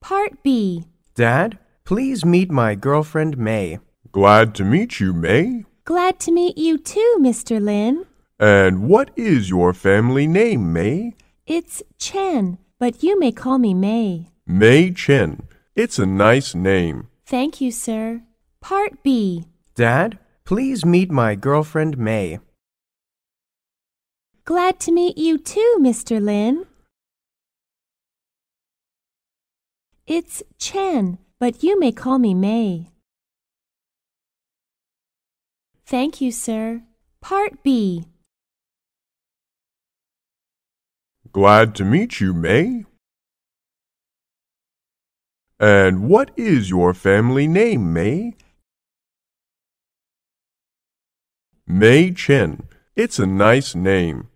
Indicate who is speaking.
Speaker 1: Part B.
Speaker 2: Dad, please meet my girlfriend May.
Speaker 3: Glad to meet you, May.
Speaker 1: Glad to meet you too, Mr. Lin.
Speaker 3: And what is your family name, May?
Speaker 1: It's Chen, but you may call me May.
Speaker 3: May Chen. It's a nice name.
Speaker 1: Thank you, sir. Part B.
Speaker 2: Dad, please meet my girlfriend May.
Speaker 1: Glad to meet you too, Mr. Lin. It's Chen, but you may call me May. Thank you, sir. Part B.
Speaker 3: Glad to meet you, May. And what is your family name, May? May Chen. It's a nice name.